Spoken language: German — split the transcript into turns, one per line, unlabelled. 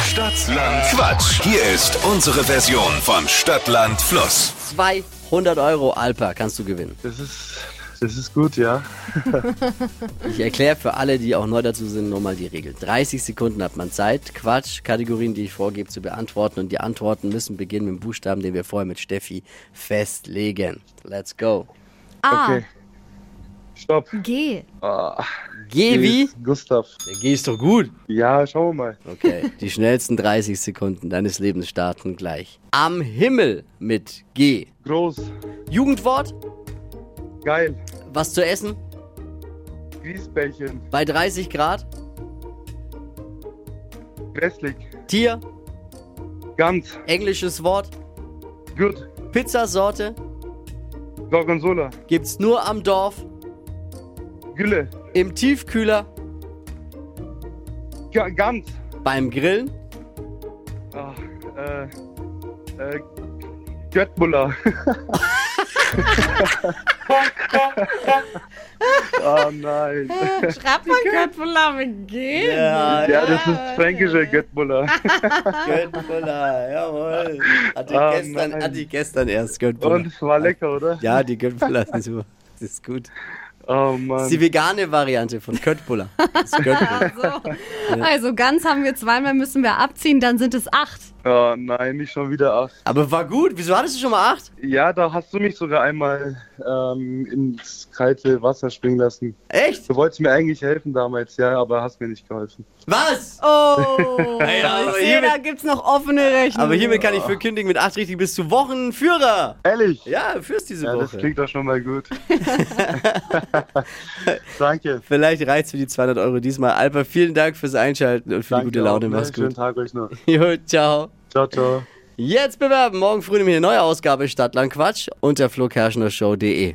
Stadtland Quatsch. Hier ist unsere Version von Stadtland Fluss.
200 Euro Alpa kannst du gewinnen.
Das ist, das ist gut, ja.
Ich erkläre für alle, die auch neu dazu sind, nochmal die Regel. 30 Sekunden hat man Zeit, Quatsch, Kategorien, die ich vorgebe, zu beantworten. Und die Antworten müssen beginnen mit dem Buchstaben, den wir vorher mit Steffi festlegen. Let's go.
A.
Okay. Stopp.
Ah. G.
Ah,
Geh wie?
Luis, Gustav.
Geh ist doch gut.
Ja, schauen wir mal.
Okay, die schnellsten 30 Sekunden deines Lebens starten gleich. Am Himmel mit G.
Groß.
Jugendwort,
Geil.
was zu essen,
Griesbällchen.
bei 30 Grad,
Grässlich.
Tier,
Ganz.
englisches Wort,
Gut.
Pizzasorte,
Gorgonzola.
gibt's nur am Dorf,
Gülle.
im Tiefkühler,
Ga ganz.
beim Grillen,
Ah, äh, äh, Göttmuller. oh nein.
Schreibt man Göttmüller mit G?
Ja,
Ja, das ist fränkische Göttmuller.
Göttmüller, jawohl. Hatte, ich
Ah,
gestern,
nein.
hatte ich gestern erst Göttmüller.
Und es war lecker, oder?
Ja, die Göttmüller sind super. Das ist gut.
Oh
Das
Mann.
ist die vegane Variante von Köttbullar. Das ist Göttbullar.
So. Also ganz haben wir zweimal, müssen wir abziehen, dann sind es acht.
Oh nein, nicht schon wieder acht.
Aber war gut. Wieso hattest du schon mal acht?
Ja, da hast du mich sogar einmal ähm, ins kalte Wasser springen lassen.
Echt?
Du wolltest mir eigentlich helfen damals, ja, aber hast mir nicht geholfen.
Was?
Oh,
Ey, aber
ich sehe,
hiermit-
da gibt's noch offene Rechnungen.
Aber hiermit
Oh.
kann ich verkündigen, mit acht richtig bist du Wochenführer.
Ehrlich?
Ja, du führst diese
Ja, das
Woche.
klingt doch schon mal gut. Danke.
Vielleicht reicht's für die 200 Euro diesmal. Alper, vielen Dank fürs Einschalten und für
Danke
die gute Laune.
auch, ne?
Mach's
Schönen
gut.
Tag euch noch.
Jo, ciao.
Ciao, ciao.
Jetzt bewerben. Morgen früh nämlich eine neue Ausgabe Stadtland Quatsch unter flokerschnershow.de.